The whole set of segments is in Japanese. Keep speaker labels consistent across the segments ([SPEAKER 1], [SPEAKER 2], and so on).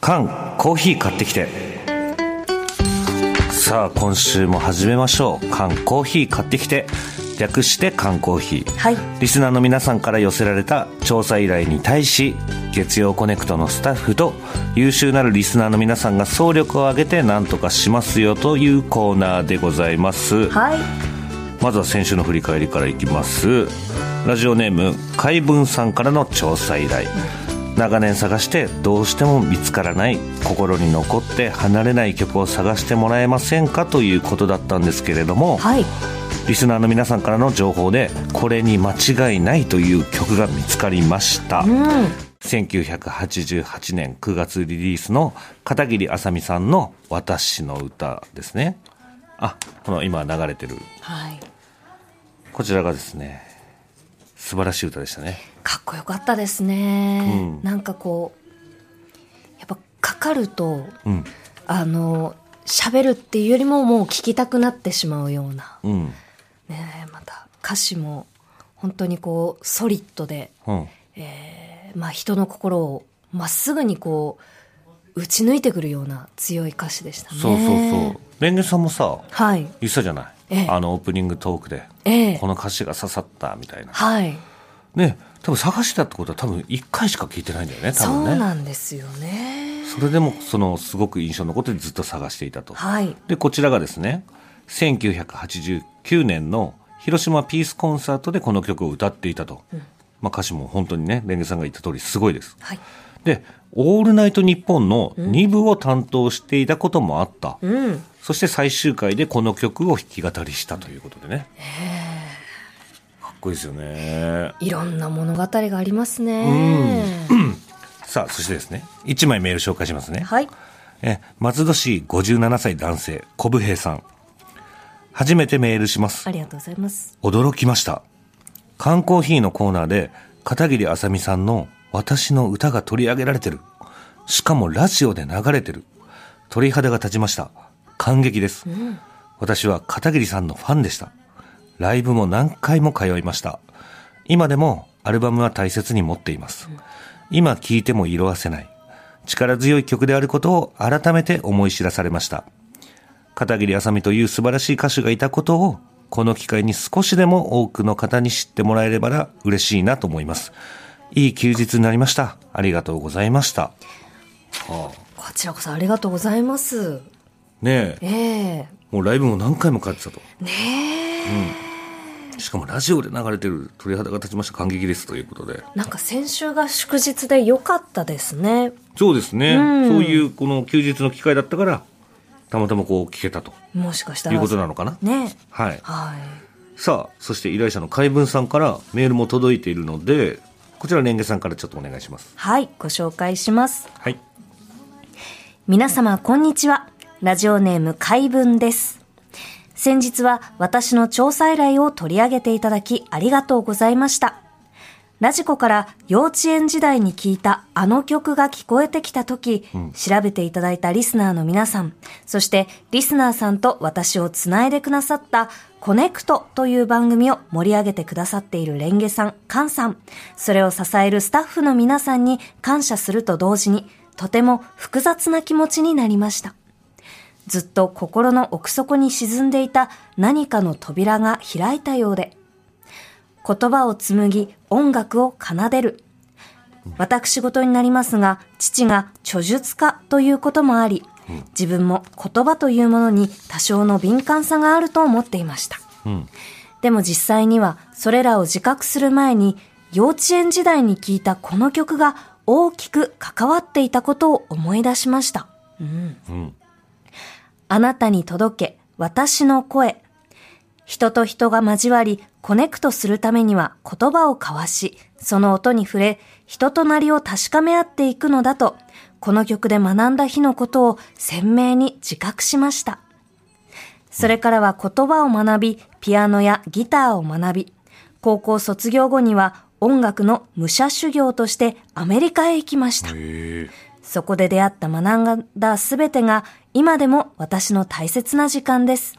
[SPEAKER 1] 缶コーヒー買ってきてさあ今週も始めましょう缶コーヒー買ってきて略して缶コーヒー
[SPEAKER 2] はい
[SPEAKER 1] リスナーの皆さんから寄せられた調査依頼に対し月曜コネクトのスタッフと優秀なるリスナーの皆さんが総力を挙げて何とかしますよというコーナーでございます
[SPEAKER 2] はい
[SPEAKER 1] まずは先週の振り返りからいきますラジオネーム海文さんからの調査依頼長年探してどうしても見つからない心に残って離れない曲を探してもらえませんかということだったんですけれども、
[SPEAKER 2] はい
[SPEAKER 1] リスナーの皆さんからの情報でこれに間違いないという曲が見つかりました、1988年9月リリースの片桐あさみさんの「私の歌」ですねあこの今流れてる
[SPEAKER 2] はい
[SPEAKER 1] こちらがですね素晴らしい歌でしたね
[SPEAKER 2] かっこよかったですね、
[SPEAKER 1] うん
[SPEAKER 2] なんかこうやっぱかかると
[SPEAKER 1] うん
[SPEAKER 2] あの喋るっていうよりももう聞きたくなってしまうような
[SPEAKER 1] うん
[SPEAKER 2] ねえまた歌詞も本当にこうソリッドで、
[SPEAKER 1] うん
[SPEAKER 2] えーまあ、人の心をまっすぐにこう打ち抜いてくるような強い歌詞でしたね。
[SPEAKER 1] そうそうそうレンゲさんもさ
[SPEAKER 2] はい、
[SPEAKER 1] 言ってたじゃない、
[SPEAKER 2] ええ
[SPEAKER 1] あのオープニングトークで
[SPEAKER 2] ええ
[SPEAKER 1] この歌詞が刺さったみたいな
[SPEAKER 2] はい、
[SPEAKER 1] ね多分探したってことは多分1回しか聞いてないんだよね多
[SPEAKER 2] そう
[SPEAKER 1] 分ね
[SPEAKER 2] なんですよね。
[SPEAKER 1] それでもそのすごく印象に残ってずっと探していたと。
[SPEAKER 2] はい、
[SPEAKER 1] でこちらがですね1989年の広島ピースコンサートでこの曲を歌っていたと、まあ、歌詞も本当にねレンゲさんが言った通りすごいです
[SPEAKER 2] はい、
[SPEAKER 1] で「オールナイトニッポン」の2部を担当していたこともあった、
[SPEAKER 2] うん、
[SPEAKER 1] そして最終回でこの曲を弾き語りしたということでねかっこいいですよね
[SPEAKER 2] いろんな物語がありますね。
[SPEAKER 1] さあそしてですね1枚メール紹介しますね
[SPEAKER 2] はい、
[SPEAKER 1] え松戸市57歳男性小武平さん初めてメールします
[SPEAKER 2] ありがとうございます。
[SPEAKER 1] 驚きました缶コーヒーのコーナーで片桐あさみさんの「私の歌」が取り上げられてるしかもラジオで流れてる鳥肌が立ちました感激です、私は片桐さんのファンでしたライブも何回も通いました今でもアルバムは大切に持っています今聴いても色あせない力強い曲であることを改めて思い知らされました片桐あさみという素晴らしい歌手がいたことを、この機会に少しでも多くの方に知ってもらえればな嬉しいなと思います。いい休日になりました。ありがとうございました。
[SPEAKER 2] こちらこそありがとうございます。
[SPEAKER 1] ねえ、
[SPEAKER 2] ええ
[SPEAKER 1] もうライブも何回も帰ってたと。
[SPEAKER 2] ねえ、
[SPEAKER 1] しかもラジオで流れてる鳥肌が立ちました感激ですということで。
[SPEAKER 2] なんか先週が祝日で良かったですね。
[SPEAKER 1] そうですね。
[SPEAKER 2] うん
[SPEAKER 1] そういうこの休日の機会だったから、たまたまこう聞けたと
[SPEAKER 2] もしかした
[SPEAKER 1] い
[SPEAKER 2] ら。
[SPEAKER 1] うことなのかな。
[SPEAKER 2] ね。
[SPEAKER 1] はい。
[SPEAKER 2] はい。
[SPEAKER 1] さあ、そして依頼者の海文さんからメールも届いているので、こちらレンゲさんからちょっとお願いします。
[SPEAKER 2] はい、ご紹介します。
[SPEAKER 1] はい。
[SPEAKER 2] 皆様、こんにちは。ラジオネーム、海文です。先日は私の調査依頼を取り上げていただき、ありがとうございました。ラジコから幼稚園時代に聞いたあの曲が聞こえてきた時、調べていただいたリスナーの皆さん、そしてリスナーさんと私をつないでくださったコネクトという番組を盛り上げてくださっているレンゲさん、カンさん、それを支えるスタッフの皆さんに感謝すると同時に、とても複雑な気持ちになりました。ずっと心の奥底に沈んでいた何かの扉が開いたようで、言葉を紡ぎ音楽を奏でる。私事になりますが、父が著述家ということもあり、自分も言葉というものに多少の敏感さがあると思っていました。でも実際にはそれらを自覚する前に幼稚園時代に聴いたこの曲が大きく関わっていたことを思い出しました。あなたに届け、私の声。人と人が交わり、コネクトするためには言葉を交わし、その音に触れ、人となりを確かめ合っていくのだと、この曲で学んだ日のことを鮮明に自覚しました。それからは言葉を学び、ピアノやギターを学び、高校卒業後には音楽の武者修行としてアメリカへ行きました。そこで出会った学んだすべてが今でも私の大切な時間です。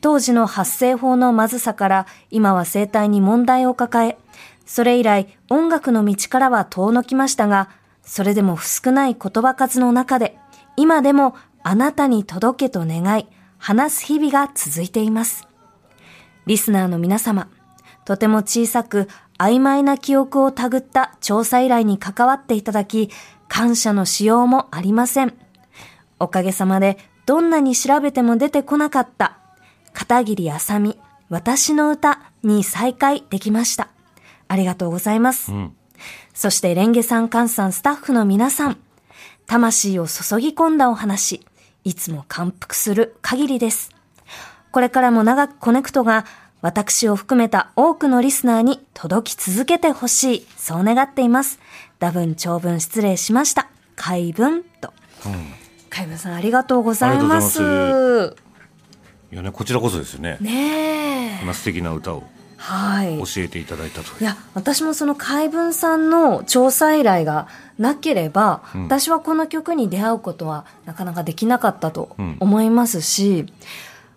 [SPEAKER 2] 当時の発声法のまずさから今は声帯に問題を抱え、それ以来音楽の道からは遠のきましたが、それでも少ない言葉数の中で、今でもあなたに届けと願い、話す日々が続いています。リスナーの皆様、とても小さく曖昧な記憶をたぐった調査依頼に関わっていただき、感謝のしようもありません。おかげさまで、どんなに調べても出てこなかった、片桐あさみ、私の歌に再会できました。ありがとうございます。そして、レンゲさん、カンさん、スタッフの皆さん、魂を注ぎ込んだお話、いつも感服する限りです。これからも長くコネクトが、私を含めた多くのリスナーに届き続けてほしい、そう願っています。多分長文失礼しました。海文と。海文さん、ありがとうございます。
[SPEAKER 1] ありがといやね、こちらこそですよね。
[SPEAKER 2] ね
[SPEAKER 1] こん
[SPEAKER 2] え。
[SPEAKER 1] な素敵な歌を
[SPEAKER 2] はい。
[SPEAKER 1] 教
[SPEAKER 2] い
[SPEAKER 1] えていただいたという。
[SPEAKER 2] や、私もその海文さんの調査依頼がなければ、
[SPEAKER 1] ん
[SPEAKER 2] 私はこの曲に出会うことはなかなかできなかったと思いますし、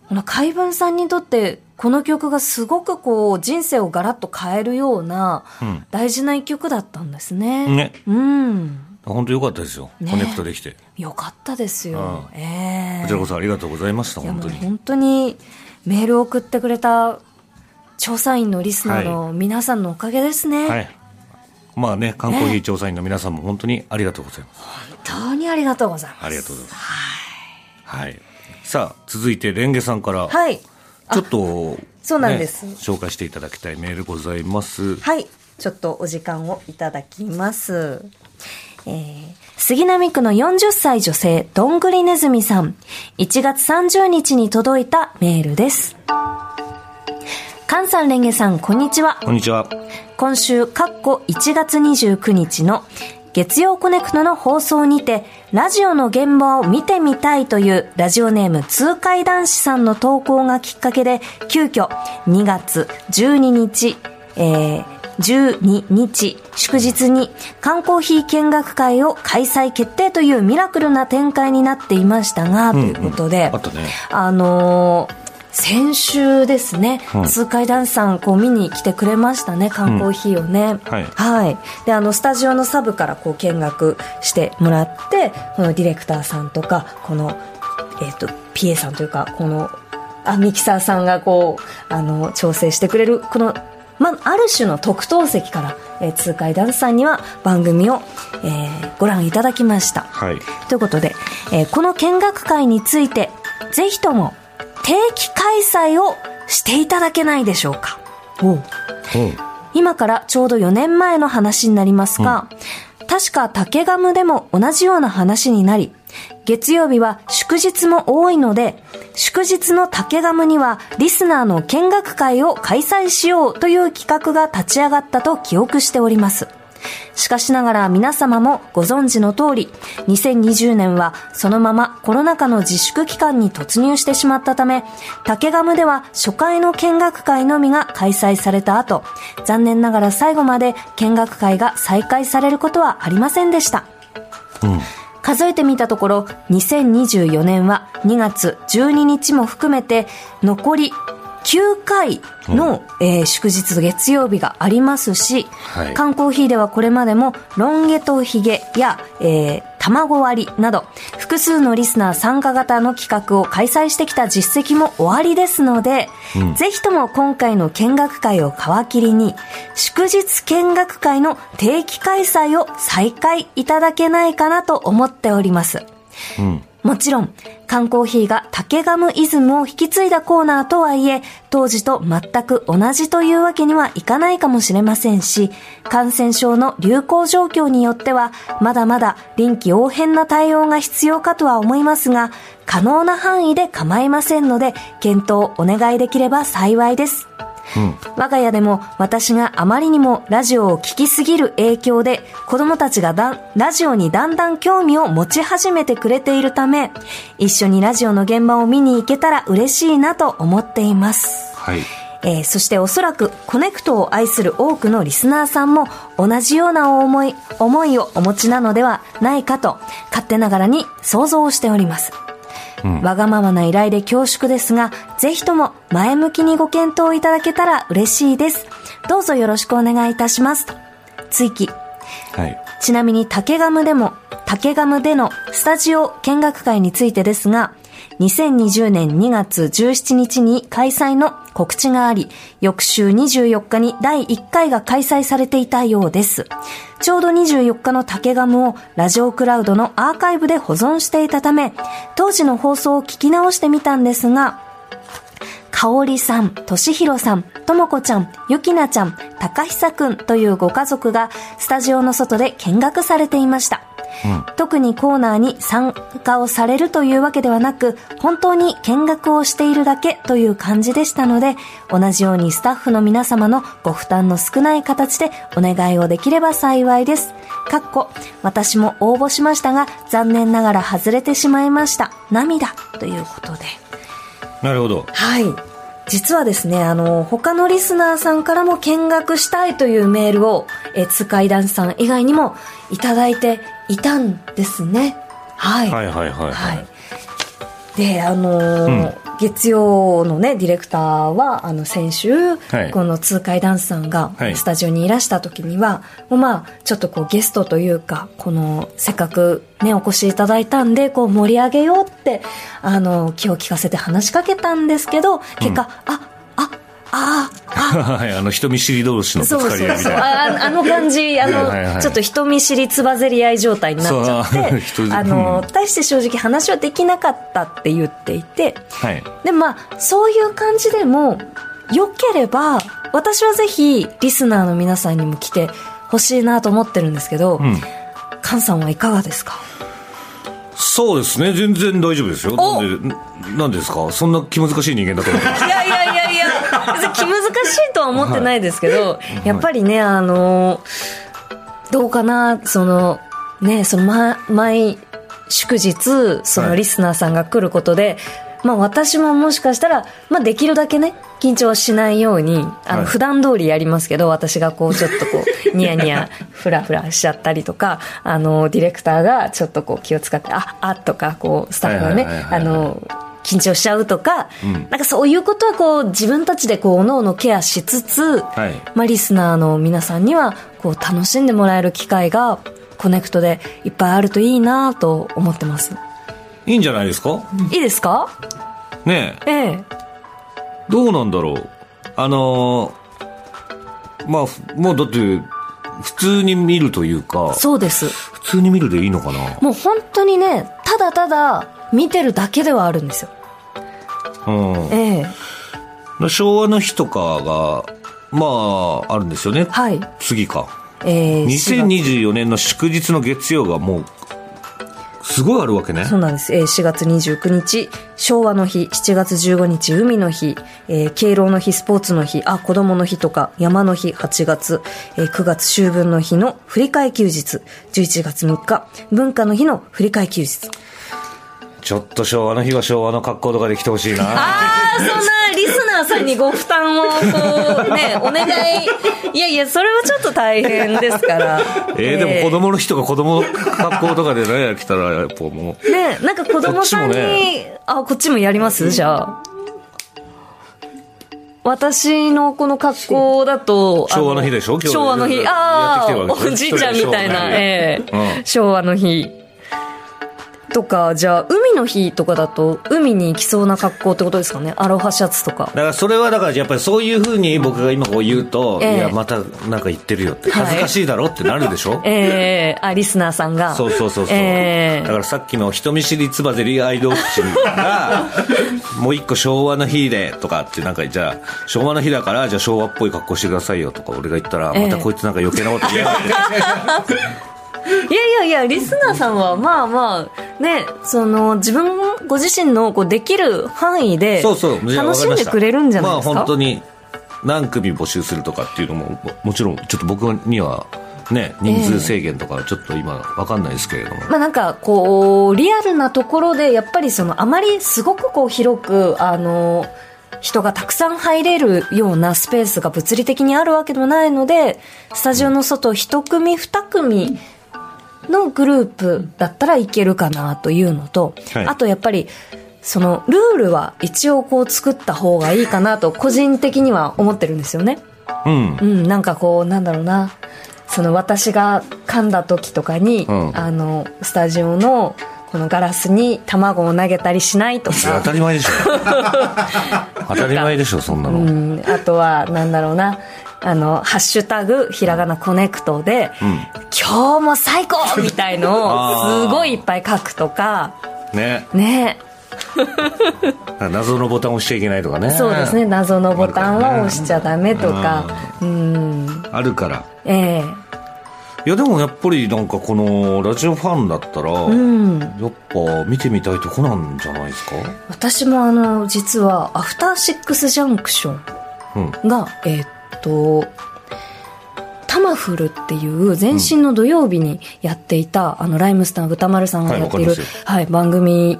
[SPEAKER 2] この海文さんにとって、この曲がすごくこう、人生をガラッと変えるような、
[SPEAKER 1] うん。
[SPEAKER 2] 大事な一曲だったんですね。
[SPEAKER 1] ね。
[SPEAKER 2] うん。
[SPEAKER 1] 本当良かったですよ。
[SPEAKER 2] ね
[SPEAKER 1] コネクトできて。
[SPEAKER 2] よかったですよ。
[SPEAKER 1] う
[SPEAKER 2] ええ
[SPEAKER 1] こちらこそありがとうございました、
[SPEAKER 2] いや
[SPEAKER 1] 本当
[SPEAKER 2] もう
[SPEAKER 1] に。
[SPEAKER 2] 本当にメールを送ってくれた調査員のリスナーの皆さんのおかげですね、
[SPEAKER 1] はい。まあね、観光費調査員の皆さんも本当にありがとうございます。
[SPEAKER 2] 本当にありがとうございます
[SPEAKER 1] ありがとうございます。はい。さあ、続いて、レンゲさんから、
[SPEAKER 2] はい
[SPEAKER 1] ちょっと、
[SPEAKER 2] そうなんです
[SPEAKER 1] ね紹介していただきたいメールございます。
[SPEAKER 2] はいちょっとお時間をいただきますえー杉並区の40歳女性、どんぐりねずみさん。1月30日に届いたメールです。菅さん、れんげさん、こんにちは。
[SPEAKER 1] こんにちは。
[SPEAKER 2] 今週、かっこ1月29日の月曜コネクトの放送にて、ラジオの現場を見てみたいというラジオネーム痛快男子さんの投稿がきっかけで、急遽2月12日、えー12日祝日に缶コーヒー見学会を開催決定というミラクルな展開になっていましたが、ということで、
[SPEAKER 1] あとね、
[SPEAKER 2] あのー先週ですね、
[SPEAKER 1] うん
[SPEAKER 2] 痛快ダンスさん、こう見に来てくれましたね、缶コーヒーをね。
[SPEAKER 1] はい
[SPEAKER 2] はい。で、あの、スタジオのサブからこう見学してもらって、このディレクターさんとか、この、えっ、と、PA さんというか、この、あ、ミキサーさんがこう、あの、調整してくれる、この、ま、ある種の特等席から、えー、痛快ダンスさんには番組を、えーご覧いただきました。
[SPEAKER 1] はい。
[SPEAKER 2] ということで、えーこの見学会について、ぜひとも定期開催をしていただけないでしょうか。今からちょうど4年前の話になりますが、確か竹ガムでも同じような話になり、月曜日は祝日も多いので、祝日の竹ガムにはリスナーの見学会を開催しようという企画が立ち上がったと記憶しております。しかしながら皆様もご存知の通り、2020年はそのままコロナ禍の自粛期間に突入してしまったため、竹ガムでは初回の見学会のみが開催された後、残念ながら最後まで見学会が再開されることはありませんでした。数えてみたところ、2024年は2月12日も含めて、残り9回の、えー祝日月曜日がありますし、
[SPEAKER 1] はい
[SPEAKER 2] 缶コーヒーではこれまでも、ロン毛とヒゲや、えー卵割りなど、複数のリスナー参加型の企画を開催してきた実績もおありですので、ぜひとも今回の見学会を皮切りに、祝日見学会の定期開催を再開いただけないかなと思っております。
[SPEAKER 1] うん。
[SPEAKER 2] もちろん、缶コーヒーが竹ガムイズムを引き継いだコーナーとはいえ、当時と全く同じというわけにはいかないかもしれませんし、感染症の流行状況によっては、まだまだ臨機応変な対応が必要かとは思いますが、可能な範囲で構いませんので、検討をお願いできれば幸いです。我が家でも私があまりにもラジオを聞きすぎる影響で子供たちがだんラジオにだんだん興味を持ち始めてくれているため一緒にラジオの現場を見に行けたら嬉しいなと思っています、
[SPEAKER 1] はい。
[SPEAKER 2] えーそしておそらくコネクトを愛する多くのリスナーさんも同じような思い思いをお持ちなのではないかと勝手ながらに想像をしております
[SPEAKER 1] うん。
[SPEAKER 2] わがままな依頼で恐縮ですが、ぜひとも前向きにご検討いただけたら嬉しいです。どうぞよろしくお願いいたします。追記。
[SPEAKER 1] はい。
[SPEAKER 2] ちなみに竹ガムでも、竹ガムでのスタジオ見学会についてですが、2020年2月17日に開催の告知があり、翌週24日に第1回が開催されていたようです。ちょうど24日の竹ガムをラジオクラウドのアーカイブで保存していたため、当時の放送を聞き直してみたんですが、かおりさん、としひろさん、ともこちゃん、ゆきなちゃん、たかひさくんというご家族がスタジオの外で見学されていました。特にコーナーに参加をされるというわけではなく、本当に見学をしているだけという感じでしたので、同じようにスタッフの皆様のご負担の少ない形でお願いをできれば幸いです。かっこ、私も応募しましたが、残念ながら外れてしまいました。涙ということで。
[SPEAKER 1] なるほど。
[SPEAKER 2] はい。実はですね、あの、他のリスナーさんからも見学したいというメールを、え、つかいだんさん以外にもいただいていたんですね。はい。
[SPEAKER 1] は
[SPEAKER 2] はいい。
[SPEAKER 1] はいはい、はい。
[SPEAKER 2] で、あのー月曜のね、ディレクターは、あの、先週、
[SPEAKER 1] はい
[SPEAKER 2] この痛快ダンスさんが
[SPEAKER 1] はい、
[SPEAKER 2] スタジオにいらした時には、もうまあ、ちょっとこう、ゲストというか、この、せっかくね、お越しいただいたんで、こう、盛り上げようって、あの、気を利かせて話しかけたんですけど、結果、あ、あ、あ、あ、
[SPEAKER 1] はい、あの、人見知り同士のぶ
[SPEAKER 2] そ
[SPEAKER 1] つ
[SPEAKER 2] う
[SPEAKER 1] か
[SPEAKER 2] そ
[SPEAKER 1] り合
[SPEAKER 2] う
[SPEAKER 1] いみ
[SPEAKER 2] そ
[SPEAKER 1] たい
[SPEAKER 2] う。
[SPEAKER 1] な。
[SPEAKER 2] あああの 感じ、あの、
[SPEAKER 1] はいはい
[SPEAKER 2] ちょっと人見知りつばぜり合い状態になっちゃっ
[SPEAKER 1] そうあ
[SPEAKER 2] て、
[SPEAKER 1] 人
[SPEAKER 2] あ
[SPEAKER 1] う
[SPEAKER 2] の
[SPEAKER 1] ん、
[SPEAKER 2] 大して正直話はできなかったって言っていて、
[SPEAKER 1] はい。
[SPEAKER 2] でもまあ、そういう感じでも、良ければ、私はぜひ、リスナーの皆さんにも来てほしいなと思ってるんですけど、
[SPEAKER 1] うん。
[SPEAKER 2] カンさんはいかがですか
[SPEAKER 1] そうですね、全然大丈夫ですよ。な
[SPEAKER 2] お
[SPEAKER 1] んで、なんですかそんな気難しい人間だと思ってま
[SPEAKER 2] いやいやいやいや、別に気難しいとは思ってないですけど、やっぱりね、あの、どうかな、その、ね、その、ま、毎祝日、そ
[SPEAKER 1] は
[SPEAKER 2] の
[SPEAKER 1] い
[SPEAKER 2] リスナーさんが来ることで、まあ私ももしかしたら、まあできるだけね、緊張しないように、あの、
[SPEAKER 1] はい
[SPEAKER 2] 普段通りやりますけど、私がこう、ちょっと こう、ニヤニヤ、ふらふらしちゃったりとか、あの、ディレクターがちょっとこう、気を使って、あ、あ、とか、こう、スタッフがね、
[SPEAKER 1] はいはいはいはい
[SPEAKER 2] あの、緊張しちゃうとか、
[SPEAKER 1] ん
[SPEAKER 2] なんかそういうことはこう自分たちでこうおのおのケアしつつ、
[SPEAKER 1] はい
[SPEAKER 2] まあ、リスナーの皆さんにはこう楽しんでもらえる機会がコネクトでいっぱいあるといいなと思ってます。
[SPEAKER 1] す。いいんじゃないですか
[SPEAKER 2] いいですか
[SPEAKER 1] ねえ、
[SPEAKER 2] ええ。
[SPEAKER 1] どうなんだろう。あのーまあふ、もうだって、普通に見るというか、
[SPEAKER 2] そうです。
[SPEAKER 1] 普通に見るでいいのかな
[SPEAKER 2] もう本当にね、ただただ見てるだけではあるんですよ。
[SPEAKER 1] うん。
[SPEAKER 2] ええ。
[SPEAKER 1] 昭和の日とかが、まあ、あるんですよね。
[SPEAKER 2] はい。
[SPEAKER 1] 次か。
[SPEAKER 2] ええ。
[SPEAKER 1] 2024年の祝日の月曜がもう、すごいあるわけね。
[SPEAKER 2] そうなんです。えー4月29日、昭和の日、7月15日、海の日、えー敬老の日、スポーツの日、あ、子供の日とか、山の日、8月、えー9月秋分の日の振り替え休日、11月3日、文化の日の振り替え休日。
[SPEAKER 1] ちょっと昭和の日は昭和の格好とかで来てほし いな。
[SPEAKER 2] あー、そんなリスナーさんにご負担を、こう、ね、お願い。いやいや、それはちょっと大変ですから。
[SPEAKER 1] えー、でも子供の日とか子供の格好とかでね、来たら、やっぱもう、
[SPEAKER 2] ねなんか子供さんに、
[SPEAKER 1] こっちも
[SPEAKER 2] あ、こっちもやりますじゃあ。私のこの格好だと、あ
[SPEAKER 1] 昭和の日でしょ今日
[SPEAKER 2] 昭和の
[SPEAKER 1] やっ
[SPEAKER 2] 日。
[SPEAKER 1] て
[SPEAKER 2] あ
[SPEAKER 1] きて
[SPEAKER 2] あ
[SPEAKER 1] る、わけ
[SPEAKER 2] お
[SPEAKER 1] でし
[SPEAKER 2] じい
[SPEAKER 1] ょ
[SPEAKER 2] ちゃんみたい
[SPEAKER 1] 昭和
[SPEAKER 2] な、
[SPEAKER 1] の日
[SPEAKER 2] ええ
[SPEAKER 1] うん
[SPEAKER 2] 昭和の日。とか、じゃあ、海の日とかだと、海に行きそうな格好ってことですかねアロハシャツとか。
[SPEAKER 1] だからそれはだからやっぱりそういうふうに僕が今こう言うと、
[SPEAKER 2] ええ
[SPEAKER 1] いや、またなんか言ってるよって、
[SPEAKER 2] はい
[SPEAKER 1] 恥ずかしいだろってなるでしょ、
[SPEAKER 2] ええあ、リスナーさんが。
[SPEAKER 1] そうそうそうそう、
[SPEAKER 2] ええ
[SPEAKER 1] だからさっきの人見知りつばぜり合い同士がもう一個昭和の日でとかってなんかじゃあ昭和の日だからじゃあ昭和っぽい格好してくださいよとか俺が言ったら
[SPEAKER 2] ええ
[SPEAKER 1] またこいつなんか余計なこと言いやがって、
[SPEAKER 2] いやいやいや、リスナーさんは、まあまあ、ね、その、自分、ご自身の、こう、できる範囲で、
[SPEAKER 1] そうそうじゃあ
[SPEAKER 2] 楽しんでくれるんじゃないですか。
[SPEAKER 1] まあ本当に何組募集するとかっていうのもももちろんちょっと僕にはね人数制限とかちょっと今わかんないですけれども、
[SPEAKER 2] まあなんか、こう、リアルなところで、やっぱりその、あまりすごくこう、広く、あの、人がたくさん入れるようなスペースが物理的にあるわけでもないので、スタジオの外、一組、二組のグループだったらいけるかなというのと、
[SPEAKER 1] はい
[SPEAKER 2] あとやっぱり、その、ルールは一応こう作った方がいいかなと、個人的には思ってるんですよね。
[SPEAKER 1] うん
[SPEAKER 2] うん、なんかこう、なんだろうな。その私が噛んだ時とかに、
[SPEAKER 1] うん
[SPEAKER 2] あのスタジオのこのガラスに卵を投げたりしないと
[SPEAKER 1] いや当
[SPEAKER 2] か
[SPEAKER 1] たり 前でしょ当たり前でしょそんなの、
[SPEAKER 2] うんあとはなんだろうなあの「ハッシュタグひらがなコネクトで」今日も最 高!」みたいのをすごいいっぱい書くとか
[SPEAKER 1] ね
[SPEAKER 2] ね
[SPEAKER 1] 謎のボタン押しちゃいけないとかね
[SPEAKER 2] そうですね謎のボタンは押しちゃダメとかうん
[SPEAKER 1] あるから
[SPEAKER 2] ええ
[SPEAKER 1] いやでもやっぱりなんかこのラジオファンだったら、
[SPEAKER 2] うん
[SPEAKER 1] やっぱ見てみたいとこなんじゃないですか
[SPEAKER 2] 私もあの実は「アフターシックスジャンクション
[SPEAKER 1] うん
[SPEAKER 2] が」えーっとタマフルっていう前身の土曜日にやっていた、あのライムスター歌丸さんがやって
[SPEAKER 1] は
[SPEAKER 2] いる、はい
[SPEAKER 1] わかり
[SPEAKER 2] い
[SPEAKER 1] ます
[SPEAKER 2] 番組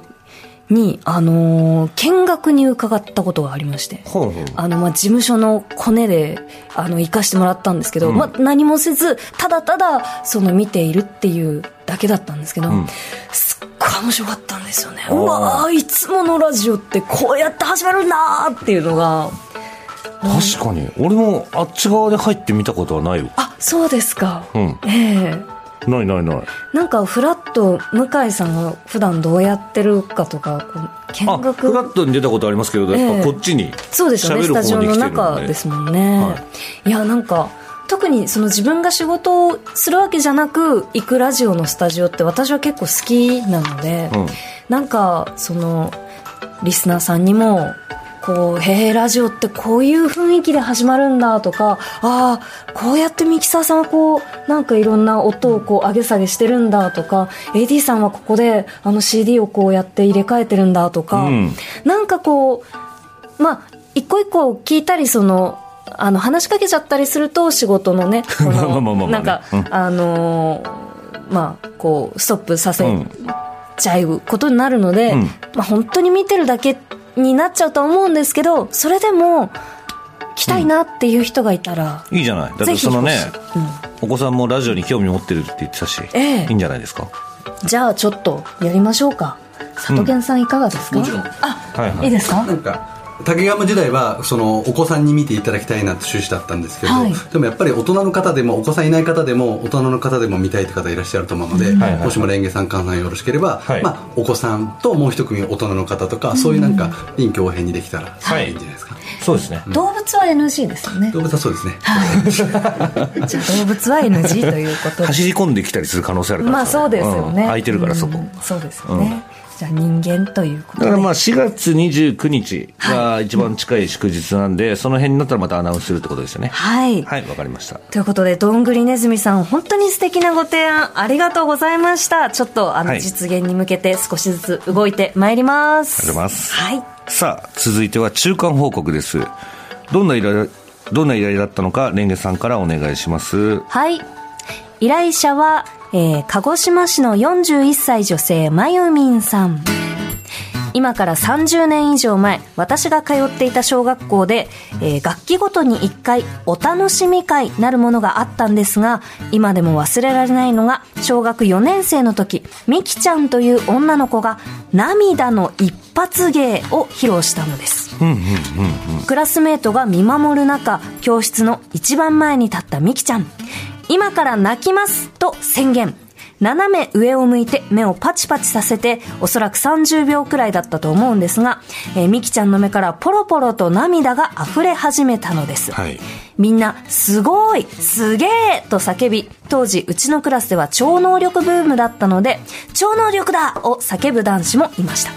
[SPEAKER 2] に、あのー見学に伺ったことがありまして
[SPEAKER 1] ほうほう
[SPEAKER 2] あのまあ事務所のコネであの行かしてもらったんですけど、
[SPEAKER 1] うん
[SPEAKER 2] まあ、何もせずただただその見ているっていうだけだったんですけど、
[SPEAKER 1] ん
[SPEAKER 2] すっごい面白かったんですよね
[SPEAKER 1] おー
[SPEAKER 2] うわーいつものラジオってこうやって始まるんだーっていうのが
[SPEAKER 1] 確かに俺もあっち側で入ってみたことはないよ
[SPEAKER 2] あそうですか、
[SPEAKER 1] うん
[SPEAKER 2] ええ
[SPEAKER 1] ないないない
[SPEAKER 2] なんかフラッと向井さんが普段どうやってるかとかこう
[SPEAKER 1] あ
[SPEAKER 2] 見
[SPEAKER 1] フラ
[SPEAKER 2] 学
[SPEAKER 1] ットに出たことありますけどやっぱこっちに、
[SPEAKER 2] そうですよね
[SPEAKER 1] 喋る方
[SPEAKER 2] スタ
[SPEAKER 1] に来
[SPEAKER 2] ジ
[SPEAKER 1] てる
[SPEAKER 2] オ
[SPEAKER 1] んで
[SPEAKER 2] の中ですもんね、、
[SPEAKER 1] はい
[SPEAKER 2] やなんか特にその自分が仕事をするわけじゃなく行くラジオのスタジオって私は結構好きなので、
[SPEAKER 1] うん
[SPEAKER 2] なんかそのリスナーさんにもこう「へえラジオってこういう雰囲気で始まるんだ」とか「ああこうやってミキサーさんはこうなんかいろんな音をこう上げ下げしてるんだ」とか「AD さんはここであの CD をこうやって入れ替えてるんだ」とか、
[SPEAKER 1] うん
[SPEAKER 2] なんかこうまあ一個一個聞いたりその。あの話しかけちゃったりすると仕事のね、こ
[SPEAKER 1] まあまあまあまあ
[SPEAKER 2] の
[SPEAKER 1] ね
[SPEAKER 2] なんか
[SPEAKER 1] うん
[SPEAKER 2] あのーまあこうストップさせ
[SPEAKER 1] うん
[SPEAKER 2] ちゃうことになるので、
[SPEAKER 1] うん
[SPEAKER 2] まあ、本当に見てるだけになっちゃうとは思うんですけどそれでも来たいなっていう人がいたら、
[SPEAKER 1] いいじゃないだっ
[SPEAKER 2] ぜ
[SPEAKER 1] て
[SPEAKER 2] ひ
[SPEAKER 1] そのね
[SPEAKER 2] うん
[SPEAKER 1] お子さんもラジオに興味持ってるって言ってたし、
[SPEAKER 2] ええ
[SPEAKER 1] いいんじゃないですか
[SPEAKER 2] じゃあちょっとやりましょうか里健さんいかがですか、
[SPEAKER 3] もちろん
[SPEAKER 2] あ、
[SPEAKER 1] はいはい
[SPEAKER 2] い、いですか
[SPEAKER 3] なんか竹山時代はそのお子さんに見ていただきたいなって趣旨だったんですけど、
[SPEAKER 2] はい
[SPEAKER 3] でもやっぱり大人の方でもお子さんいない方でも大人の方でも見たいって方いらっしゃると思うので、
[SPEAKER 1] はいはい
[SPEAKER 3] もしもレンゲさん関さんよろしければ、
[SPEAKER 1] はい
[SPEAKER 3] まあ、お子さんともう一組大人の方とか、そういうなんか臨機応変にできたら
[SPEAKER 1] はい
[SPEAKER 3] いいんじゃないですか、
[SPEAKER 1] そうですね
[SPEAKER 2] 動物は NG ですよね
[SPEAKER 3] 動物はそうですね、
[SPEAKER 2] じゃあ動物は NG ということで
[SPEAKER 1] 走り込んできたりする可能性あるから
[SPEAKER 2] まあそうですよね、
[SPEAKER 1] うん空いてるからそこ、
[SPEAKER 2] うんそうですよね、じゃあ人間ということ
[SPEAKER 1] だ
[SPEAKER 2] で
[SPEAKER 1] からまあ4月29日が一番近い祝日なんで、その辺になったらまたアナウンスするってことですよね。
[SPEAKER 2] はい
[SPEAKER 1] はい、わかりました。
[SPEAKER 2] ということで、どんぐりねずみさん、本当に素敵なご提案、ありがとうございました。ちょっと、あの、
[SPEAKER 1] はい
[SPEAKER 2] 実現に向けて少しずつ動いてまいります。
[SPEAKER 1] ありがとうございます
[SPEAKER 2] はい。
[SPEAKER 1] さあ、続いては中間報告です。どんな依頼、どんな依頼だったのか、レンゲさんからお願いします。
[SPEAKER 2] はい。依頼者は、えー鹿児島市の41歳女性、まゆみんさん。今から30年以上前、私が通っていた小学校で、えー楽器ごとに1回、お楽しみ会なるものがあったんですが、今でも忘れられないのが、小学4年生の時、みきちゃんという女の子が、涙の一発芸を披露したのです。クラスメートが見守る中教室の一番前に立ったみきちゃん今から泣きますと宣言斜め上を向いて目をパチパチさせておそらく30秒くらいだったと思うんですが、えーみきちゃんの目からポロポロと涙が溢れ始めたのです、
[SPEAKER 1] はい
[SPEAKER 2] みんな、すごいすげえと叫び、当時、うちのクラスでは超能力ブームだったので、超能力だを叫ぶ男子もいました。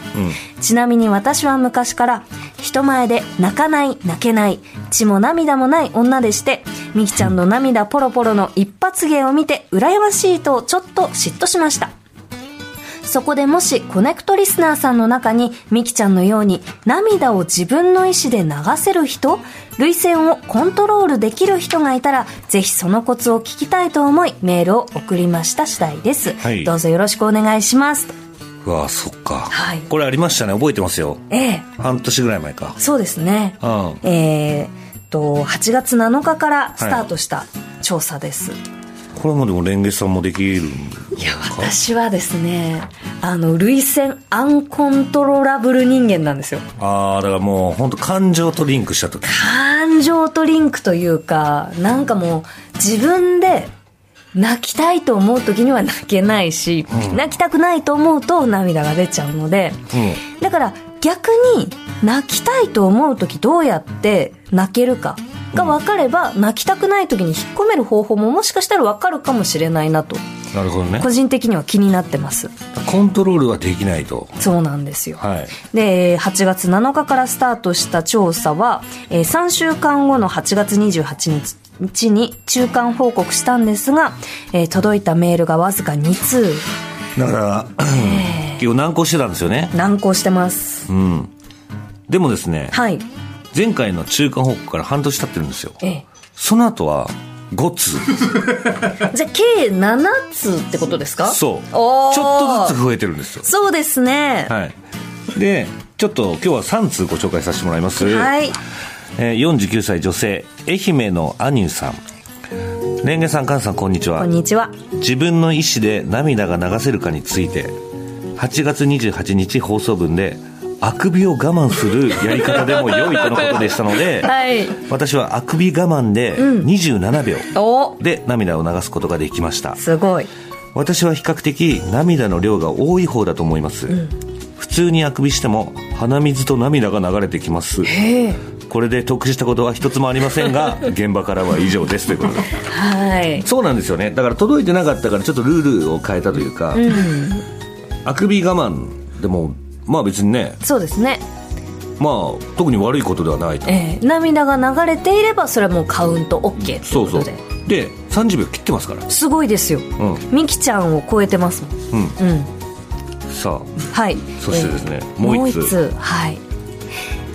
[SPEAKER 2] ちなみに私は昔から、人前で泣かない、泣けない、血も涙もない女でして、みきちゃんの涙ポロポロの一発芸を見て、羨ましいとちょっと嫉妬しました。そこでもしコネクトリスナーさんの中にミキちゃんのように涙を自分の意思で流せる人涙腺をコントロールできる人がいたらぜひそのコツを聞きたいと思いメールを送りました次第です、
[SPEAKER 1] はい
[SPEAKER 2] どうぞよろしくお願いします
[SPEAKER 1] うわあ、そっか、
[SPEAKER 2] はい
[SPEAKER 1] これありましたね。覚えてますよ。
[SPEAKER 2] ええ
[SPEAKER 1] 半年ぐらい前か。
[SPEAKER 2] そうですね
[SPEAKER 1] うん。
[SPEAKER 2] えーっと8月7日からスタートした調査です、
[SPEAKER 1] これもでもレンゲさんもできるん
[SPEAKER 2] いや私はですねあの涙腺アンコントローラブル人間なんですよ
[SPEAKER 1] ああ、だからもう本当感情とリンクした時。
[SPEAKER 2] 感情とリンクというかなんかもう自分で泣きたいと思う時には泣けないし、
[SPEAKER 1] うん
[SPEAKER 2] 泣きたくないと思うと涙が出ちゃうので
[SPEAKER 1] うん
[SPEAKER 2] だから逆に泣きたいと思う時どうやって泣けるかが分かれば、泣きたくない時に引っ込める方法ももしかしたら分かるかもしれないなと
[SPEAKER 1] なるほどね
[SPEAKER 2] 個人的には気になってます
[SPEAKER 1] コントロールはできないと
[SPEAKER 2] そうなんですよ
[SPEAKER 1] はい
[SPEAKER 2] で8月7日からスタートした調査は、えー3週間後の8月28日に中間報告したんですが、えー届いたメールがわずか2通
[SPEAKER 1] だから結構難航してたんですよね
[SPEAKER 2] 難航してます
[SPEAKER 1] うんでもですね
[SPEAKER 2] はい
[SPEAKER 1] 前回の中間報告から半年経ってるんですよ
[SPEAKER 2] ええ
[SPEAKER 1] その後は5通
[SPEAKER 2] じゃあ計7通ってことですか
[SPEAKER 1] そうちょ
[SPEAKER 2] お
[SPEAKER 1] っ
[SPEAKER 2] ー
[SPEAKER 1] とずつ増えてるんですよ
[SPEAKER 2] そうですね
[SPEAKER 1] はいでちょっと今日は3通ご紹介させてもらいます
[SPEAKER 2] はい
[SPEAKER 1] えー49歳女性愛媛のアニュさんレンゲさんカンさんこんにちは
[SPEAKER 2] こんにちは
[SPEAKER 1] 自分の意思で涙が流せるかについて8月28日放送分であくびを我慢するやり方でも良いとのことでしたので、
[SPEAKER 2] はい
[SPEAKER 1] 私はあくび我慢で27秒
[SPEAKER 2] お
[SPEAKER 1] で涙を流すことができました
[SPEAKER 2] すごい
[SPEAKER 1] 私は比較的涙の量が多い方だと思います、普通にあくびしても鼻水と涙が流れてきます
[SPEAKER 2] ええ
[SPEAKER 1] これで得したことは一つもありません が現場からは以上ですということで
[SPEAKER 2] はい
[SPEAKER 1] そうなんですよねだから届いてなかったからちょっとルールを変えたというか、
[SPEAKER 2] うん
[SPEAKER 1] あくび我慢でもまあ別にね
[SPEAKER 2] そうですね
[SPEAKER 1] まあ特に悪いことではないと
[SPEAKER 2] ええ涙が流れていればそれはもうカウント OK って
[SPEAKER 1] そ
[SPEAKER 2] こ
[SPEAKER 1] うそ
[SPEAKER 2] と
[SPEAKER 1] う
[SPEAKER 2] で
[SPEAKER 1] で30秒切ってますから
[SPEAKER 2] すごいですよ
[SPEAKER 1] うん
[SPEAKER 2] みきちゃんを超えてますもん
[SPEAKER 1] うん
[SPEAKER 2] うん
[SPEAKER 1] さあ
[SPEAKER 2] はい
[SPEAKER 1] そしてですね
[SPEAKER 2] えー
[SPEAKER 1] もう一
[SPEAKER 2] もう一
[SPEAKER 1] 通
[SPEAKER 2] 通はい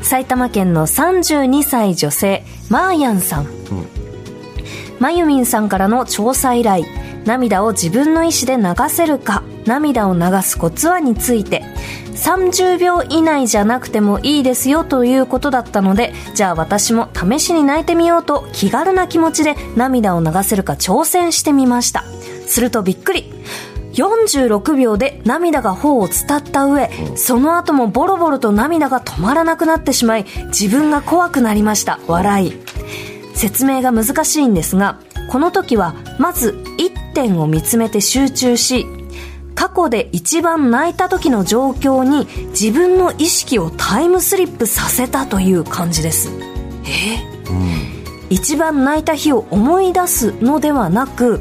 [SPEAKER 2] 埼玉県の32歳女性マーヤンさん、まゆみんさんからの調査依頼涙を自分の意思で流せるか涙を流すコツはについて30秒以内じゃなくてもいいですよということだったのでじゃあ私も試しに泣いてみようと気軽な気持ちで涙を流せるか挑戦してみましたするとびっくり46秒で涙が頬を伝った上、その後もボロボロと涙が止まらなくなってしまい自分が怖くなりました笑い説明が難しいんですがこの時はまず1点を見つめて集中し過去で一番泣いた時の状況に自分の意識をタイムスリップさせたという感じです一番泣いた日を思い出すのではなく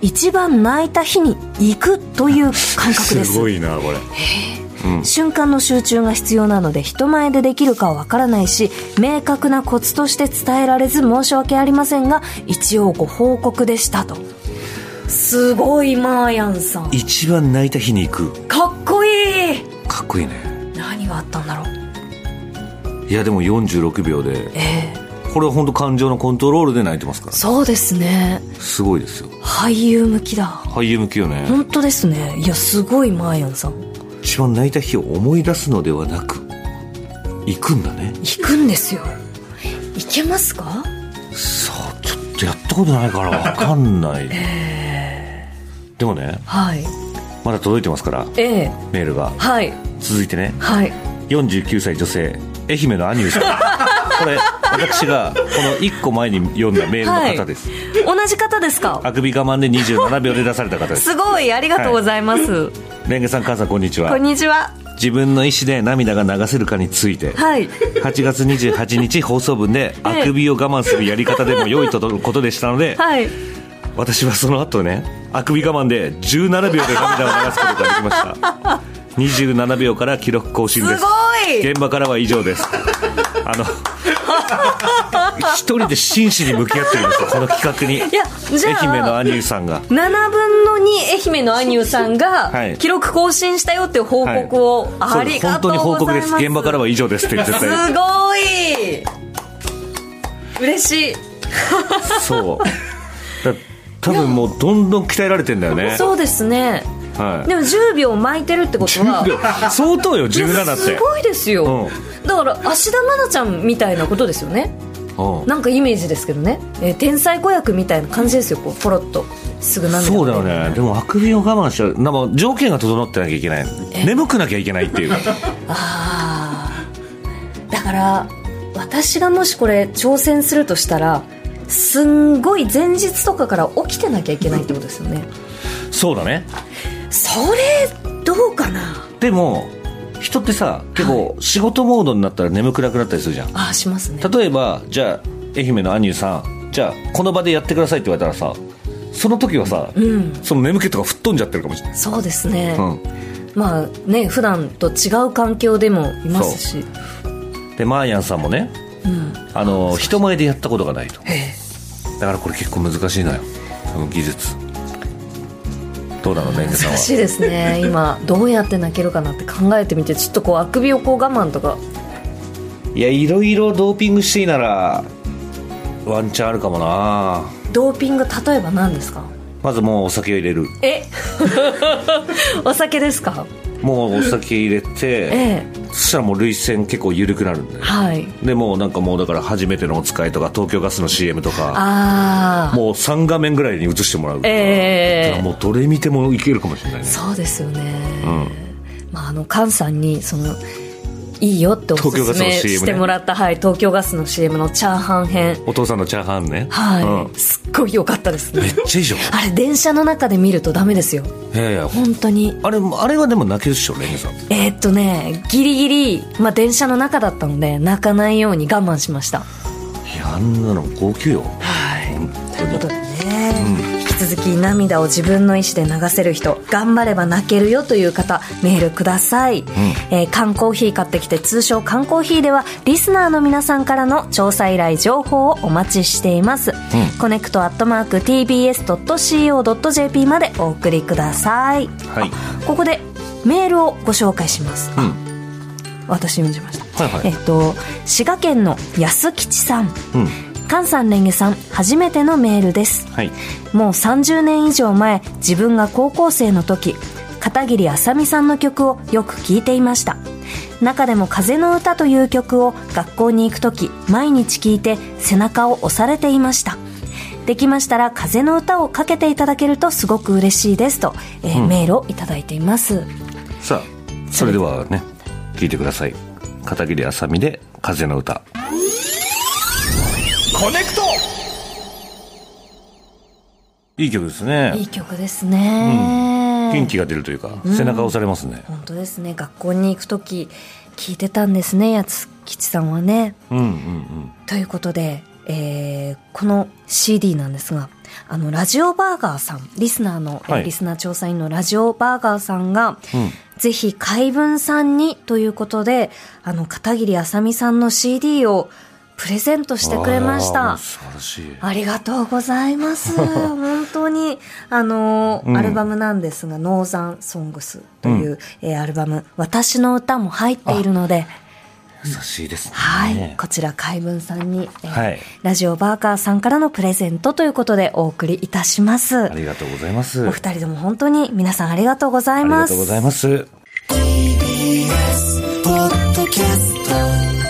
[SPEAKER 2] 一番泣いた日に行くという感覚です
[SPEAKER 1] いなこれ
[SPEAKER 2] 瞬間の集中が必要なので人前でできるかはわからないし明確なコツとして伝えられず申し訳ありませんが一応ご報告でしたとすごいマーヤンさん
[SPEAKER 1] 一番泣いた日に行く
[SPEAKER 2] かっこいい
[SPEAKER 1] かっこいいね
[SPEAKER 2] 何があったんだろう
[SPEAKER 1] いやでも46秒で
[SPEAKER 2] ええ
[SPEAKER 1] これは本当感情のコントロールで泣いてますから
[SPEAKER 2] そうですね
[SPEAKER 1] すごい ですよ
[SPEAKER 2] 俳優向きだ
[SPEAKER 1] 俳優向きよね
[SPEAKER 2] 本当ですねいやすごいマーヤンさん
[SPEAKER 1] 一番泣いた日を思い出すのではなく行くんだね
[SPEAKER 2] 行くんですよ行けますか
[SPEAKER 1] そうちょっとやったことないから分かん ない、でもね
[SPEAKER 2] はい
[SPEAKER 1] まだ届いてますから
[SPEAKER 2] ええ
[SPEAKER 1] メールが
[SPEAKER 2] はい
[SPEAKER 1] 続いてね
[SPEAKER 2] はい
[SPEAKER 1] 49歳女性愛媛のアニュー さんこれ私がこの1個前に読んだメールの方です、
[SPEAKER 2] 同じ方ですか
[SPEAKER 1] あくび我慢で27秒で出された方です
[SPEAKER 2] すごいありがとうございます、
[SPEAKER 1] レンゲさん母さんこんにちは
[SPEAKER 2] こんにちは
[SPEAKER 1] 自分の意思で涙が流せるかについて
[SPEAKER 2] はい
[SPEAKER 1] 8月28日放送分で
[SPEAKER 2] ええ
[SPEAKER 1] あくびを我慢するやり方でも良いとのことでしたので、
[SPEAKER 2] はい
[SPEAKER 1] 私はその後ねあくび我慢で17秒で涙を流すことができました27秒から記録更新です
[SPEAKER 2] すごい
[SPEAKER 1] 現場からは以上ですあの一人で真摯に向き合ってるんですよこの企画に
[SPEAKER 2] いやじゃあ
[SPEAKER 1] 愛媛のアニューさんが
[SPEAKER 2] 7分の2愛媛のアニューさん
[SPEAKER 1] は
[SPEAKER 2] が
[SPEAKER 1] い
[SPEAKER 2] 記録更新したよっていう報告を、ありが
[SPEAKER 1] 本
[SPEAKER 2] とう
[SPEAKER 1] 当に報
[SPEAKER 2] ご
[SPEAKER 1] 告
[SPEAKER 2] ざい
[SPEAKER 1] で
[SPEAKER 2] ます
[SPEAKER 1] す現場からは以上ですって言って
[SPEAKER 2] す
[SPEAKER 1] た
[SPEAKER 2] ごい嬉しい
[SPEAKER 1] そうだ多分もうどんどん鍛えられてんだよね
[SPEAKER 2] そうですね
[SPEAKER 1] はい
[SPEAKER 2] でも10秒巻いてるってことは
[SPEAKER 1] 相当よ
[SPEAKER 2] いや
[SPEAKER 1] 17って
[SPEAKER 2] すごいですよ、だから芦田愛菜ちゃんみたいなことですよね
[SPEAKER 1] うん
[SPEAKER 2] なんかイメージですけどね、えー天才子役みたいな感じですよこうポロッとすぐ涙
[SPEAKER 1] そうだよ
[SPEAKER 2] が出る
[SPEAKER 1] ねでもあくびを我慢しちゃうなんか条件が整ってなきゃいけない眠くなきゃいけないっていう
[SPEAKER 2] ああだから私がもしこれ挑戦するとしたらすんごい前日とかから起きてなきゃいけないってことですよね
[SPEAKER 1] そうだね
[SPEAKER 2] それどうかな
[SPEAKER 1] でも人ってさ結構仕事モードになったら眠くなくなったりするじゃん
[SPEAKER 2] あしますね
[SPEAKER 1] 例えばじゃあ愛媛のアニューさんじゃあこの場でやってくださいって言われたらさその時はさ、
[SPEAKER 2] うん
[SPEAKER 1] その眠気とか吹っ飛んじゃってるかもしれない、
[SPEAKER 2] そうですね、
[SPEAKER 1] う
[SPEAKER 2] まあね普段と違う環境でもいますし
[SPEAKER 1] ん、でマーヤンさんもね
[SPEAKER 2] うん
[SPEAKER 1] あの人前でやったことがないと
[SPEAKER 2] へえ
[SPEAKER 1] だからこれ結構難しいのよその技術どうなのメンデさん
[SPEAKER 2] 難しい
[SPEAKER 1] は
[SPEAKER 2] ですね 今どうやって泣けるかなって考えてみてちょっとこうあくびをこう我慢とか
[SPEAKER 1] いやいろいろドーピングしていいならワンチャンあるかもな
[SPEAKER 2] ドーピング例えば何ですか
[SPEAKER 1] まずもうお酒を入れる
[SPEAKER 2] え お酒ですか
[SPEAKER 1] もうお酒入れて
[SPEAKER 2] ええ
[SPEAKER 1] そしたらもう涙腺結構緩くなるんで
[SPEAKER 2] はい
[SPEAKER 1] でもうなんかもうだから初めてのお使いとか東京ガスの CM とか
[SPEAKER 2] ああ
[SPEAKER 1] もう3画面ぐらいに映してもらうから、
[SPEAKER 2] え
[SPEAKER 1] だか
[SPEAKER 2] え
[SPEAKER 1] らもうどれ見てもいけるかもしれないね
[SPEAKER 2] そうですよね、
[SPEAKER 1] う
[SPEAKER 2] まあ、あの菅さんにそのいいよっておす
[SPEAKER 1] 東京ガ
[SPEAKER 2] す
[SPEAKER 1] スの
[SPEAKER 2] め
[SPEAKER 1] CM ね
[SPEAKER 2] してもらった、はい、東京ガスの CM のチャーハン編
[SPEAKER 1] お父さんのチャーハンね
[SPEAKER 2] はい、
[SPEAKER 1] うん
[SPEAKER 2] すっごい良かったです
[SPEAKER 1] め
[SPEAKER 2] ね
[SPEAKER 1] っちゃいいじゃん
[SPEAKER 2] あれ電車の中で見るとダメですよ
[SPEAKER 1] いやいや
[SPEAKER 2] 本当に
[SPEAKER 1] あれあれはでも泣けるっしょレンゲさん
[SPEAKER 2] えーっとねギリギリ、まあ、電車の中だったので泣かないように我慢しました
[SPEAKER 1] いやあんなの号泣よ
[SPEAKER 2] はい
[SPEAKER 1] 本
[SPEAKER 2] というこ
[SPEAKER 1] 当
[SPEAKER 2] とで
[SPEAKER 1] に
[SPEAKER 2] ね、引き続き涙を自分の意思で流せる人頑張れば泣けるよという方メールください、えー缶コーヒー買ってきて通称缶コーヒーではリスナーの皆さんからの調査依頼情報をお待ちしています、コネクトアットマーク TBS.CO.JP までお送りください、
[SPEAKER 1] はい
[SPEAKER 2] あここでメールをご紹介します、
[SPEAKER 1] うん
[SPEAKER 2] 私読んじゃいました、
[SPEAKER 1] はいはい
[SPEAKER 2] えっ、と滋賀県の安吉さん
[SPEAKER 1] うん
[SPEAKER 2] 菅さんレンゲさん初めてのメールです
[SPEAKER 1] はい
[SPEAKER 2] もう30年以上前自分が高校生の時片桐あさみさんの曲をよく聴いていました中でも「風の歌」という曲を学校に行く時毎日聴いて背中を押されていましたできましたら「風の歌」をかけていただけるとすごく嬉しいですと、えーメールをいただいています
[SPEAKER 1] さあそれではね聞いてください片桐あさみで「風の歌」
[SPEAKER 4] コネクト
[SPEAKER 1] いい曲ですね
[SPEAKER 2] いい曲ですね、
[SPEAKER 1] 元気が出るというか背中押されますね
[SPEAKER 2] 本当ですね学校に行く時聞いてたんですねやつ吉さんはね
[SPEAKER 1] うんうんうん
[SPEAKER 2] ということで、えーこの CD なんですがあのラジオバーガーさんリスナーの、えー
[SPEAKER 1] はい
[SPEAKER 2] リスナー調査員のラジオバーガーさんが、ぜひ海文さんにということであの片桐あさみさんの CD をプレゼントしてくれまし
[SPEAKER 1] あ
[SPEAKER 2] た
[SPEAKER 1] ー素晴らしい
[SPEAKER 2] ありがとうござ います。本当に、あの、
[SPEAKER 1] ん
[SPEAKER 2] アルバムなんですが、ノーザンソングスという、えーアルバム、私の歌も入っているので、
[SPEAKER 1] 優しいですね
[SPEAKER 2] はい、こちら、海文さんに、えー
[SPEAKER 1] はい
[SPEAKER 2] ラジオバーカーさんからのプレゼントということでお送りいたします
[SPEAKER 1] あ。りがとうございます
[SPEAKER 2] お二人とも本当に皆さんありがとうござ
[SPEAKER 1] あ
[SPEAKER 2] い
[SPEAKER 1] りが
[SPEAKER 2] ま
[SPEAKER 1] と
[SPEAKER 2] す
[SPEAKER 1] うご。ざいます
[SPEAKER 5] ポッドキャスト